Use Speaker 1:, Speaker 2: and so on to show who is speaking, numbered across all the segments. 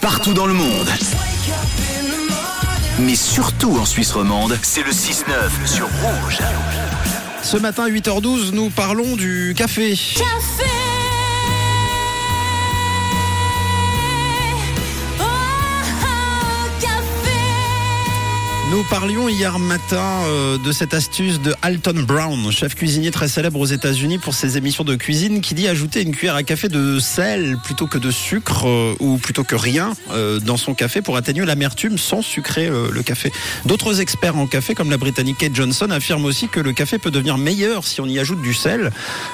Speaker 1: partout dans le monde. Mais surtout en Suisse romande, c'est le 6-9 sur Rouge.
Speaker 2: Ce matin, 8h12, nous parlons du café.
Speaker 3: Café Oh, oh, café
Speaker 2: Nous parlions hier matin euh, de cette astuce de Alton Brown, chef cuisinier très célèbre aux États-Unis pour ses émissions de cuisine, qui dit ajouter une cuillère à café de sel plutôt que de sucre euh, ou plutôt que rien euh, dans son café pour atténuer l'amertume sans sucrer euh, le café. D'autres experts en café, comme la Britannique Kate Johnson, affirment aussi que le café peut devenir meilleur si on y ajoute du sel.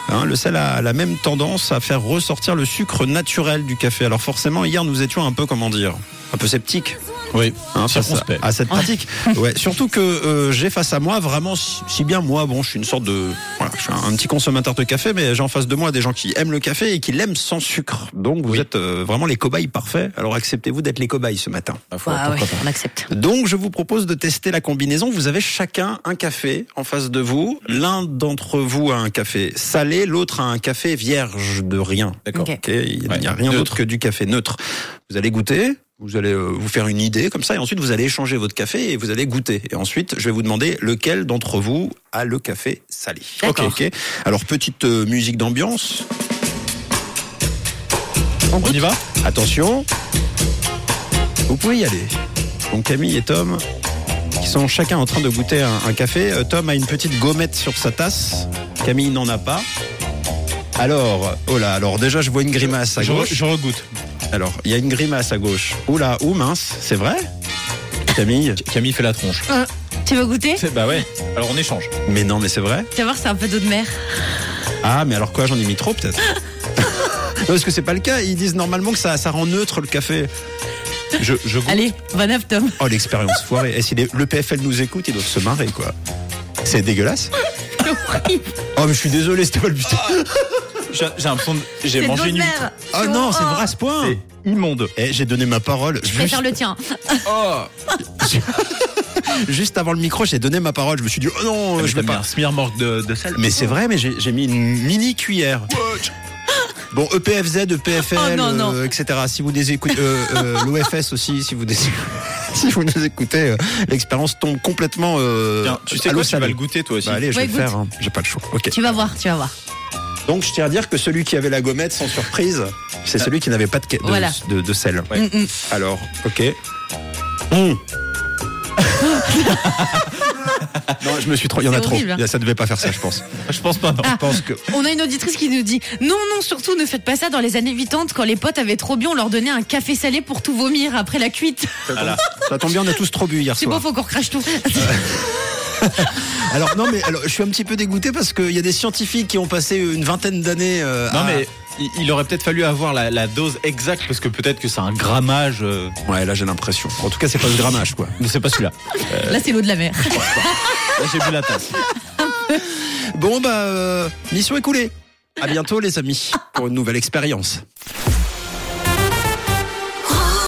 Speaker 2: Hein, le sel a la même tendance à faire ressortir le sucre naturel du café. Alors forcément, hier, nous étions un peu, comment dire, un peu sceptiques.
Speaker 4: Oui,
Speaker 2: hein, face à,
Speaker 4: circonspect.
Speaker 2: à cette pratique. Ouais, surtout que euh, j'ai face à moi vraiment, si si bien moi, bon, je suis une sorte de, voilà, je suis un, un petit consommateur de café, mais j'ai en face de moi des gens qui aiment le café et qui l'aiment sans sucre. Donc vous êtes euh, vraiment les cobayes parfaits. Alors acceptez-vous d'être les cobayes ce matin.
Speaker 5: Ah ouais, on accepte.
Speaker 2: Donc, je vous propose de tester la combinaison. Vous avez chacun un café en face de vous.
Speaker 4: Mm.
Speaker 2: L'un d'entre vous a un café salé, l'autre a un café vierge de rien.
Speaker 4: D'accord.
Speaker 5: Ok.
Speaker 2: Ok, il n'y a
Speaker 4: Ouais,
Speaker 2: rien
Speaker 4: neutre.
Speaker 2: d'autre que du café neutre. Vous allez goûter, vous allez euh, vous faire une idée comme ça, et ensuite vous allez échanger votre café et vous allez goûter. Et ensuite, je vais vous demander lequel d'entre vous a le café salé. Ok.
Speaker 5: D'accord.
Speaker 2: ok. Alors petite euh, musique d'ambiance.
Speaker 4: On y va
Speaker 2: Attention, vous pouvez y aller. Donc Camille et Tom, qui sont chacun en train de goûter un, un café. Euh, Tom a une petite gommette sur sa tasse. Camille n'en a pas. Alors, oh là, alors déjà je vois une grimace à
Speaker 4: je, re-
Speaker 2: gauche.
Speaker 4: je regoute.
Speaker 2: Alors, il y a une grimace à gauche. Oula, ou mince, c'est vrai Camille
Speaker 4: Camille fait la tronche.
Speaker 5: Tu veux goûter
Speaker 4: C'est- Bah ouais. Alors on échange.
Speaker 2: Mais non, mais c'est vrai
Speaker 5: Tu vas voir, c'est un peu d'eau de mer.
Speaker 2: Ah, mais alors quoi, j'en ai mis trop peut-être Non, Parce que c'est pas le cas, ils disent normalement que ça, ça rend neutre le café.
Speaker 4: Je, je goûte.
Speaker 5: Allez, bon app, Tom.
Speaker 2: Oh, l'expérience foirée. Et si les- le PFL nous écoute, ils doivent se marrer, quoi. C'est dégueulasse Oh, mais je suis désolé, c'était pas le but.
Speaker 4: J'ai j'ai l'impression de. J'ai
Speaker 5: C'est de l'eau
Speaker 4: mangé
Speaker 5: de
Speaker 4: une huître.
Speaker 5: mer. Ah,
Speaker 2: Oh non, c'est vrai à ce point
Speaker 4: C'est immonde.
Speaker 2: Eh, j'ai donné ma parole.
Speaker 5: Je
Speaker 2: juste,
Speaker 5: préfère le tien.
Speaker 4: Oh
Speaker 2: juste avant le micro, j'ai donné ma parole. Je me suis dit, oh non, je vais pas.
Speaker 4: un smearmorgue de, de sel. Euh,
Speaker 2: Mais c'est vrai, mais j'ai j'ai mis une mini cuillère. Bon, E EPFZ, EPFL,
Speaker 5: Oh non, non.
Speaker 2: euh, etc. Si vous les écoutez, euh, euh, l'OFS aussi, si vous, les- si vous nous écoutez, euh, l'expérience tombe complètement. euh,
Speaker 4: Tiens, tu sais
Speaker 2: à
Speaker 4: quoi,
Speaker 2: l'eau
Speaker 4: tu vas
Speaker 2: salée.
Speaker 4: le goûter toi aussi.
Speaker 2: Bah, allez, je
Speaker 5: Ouais,
Speaker 2: vais le
Speaker 5: goûte.
Speaker 2: faire. hein. J'ai pas le choix. Ok.
Speaker 5: Tu vas voir, tu vas voir.
Speaker 2: Donc, je tiens à dire que celui qui avait la gommette, sans surprise, c'est celui qui n'avait pas de, ca- de,
Speaker 5: Voilà.
Speaker 2: de- de sel.
Speaker 4: Ouais.
Speaker 5: Mm, mm.
Speaker 2: Alors, ok. Mm. non, je me suis trop. Il y en a
Speaker 5: C'est
Speaker 2: trop.
Speaker 5: horrible, hein.
Speaker 2: Il y a- Ça devait pas faire ça, je pense.
Speaker 4: Je pense pas non.
Speaker 5: Ah.
Speaker 2: Je pense que
Speaker 5: On a une auditrice qui nous dit Non, non, surtout ne faites pas ça dans les années 80 quand les potes avaient trop bu, on leur donnait un café salé pour tout vomir après la cuite.
Speaker 2: ça tombe bien, on a tous trop bu hier
Speaker 5: C'est bon,
Speaker 2: soir.
Speaker 5: faut qu'on recrache tout.
Speaker 2: Alors non, mais alors, je suis un petit peu dégoûté parce qu'il y a des scientifiques qui ont passé une vingtaine d'années. euh,
Speaker 4: Non
Speaker 2: à-
Speaker 4: mais il, il aurait peut-être fallu avoir la, la dose exacte parce que peut-être que c'est un grammage. euh,
Speaker 2: Ouais, là j'ai l'impression. En tout cas, c'est pas le grammage, quoi.
Speaker 4: Mais c'est pas celui-là.
Speaker 5: Là, c'est l'eau de la mer.
Speaker 4: Là j'ai bu la tasse.
Speaker 2: Bon bah, euh, mission écoulée. À bientôt les amis pour une nouvelle expérience.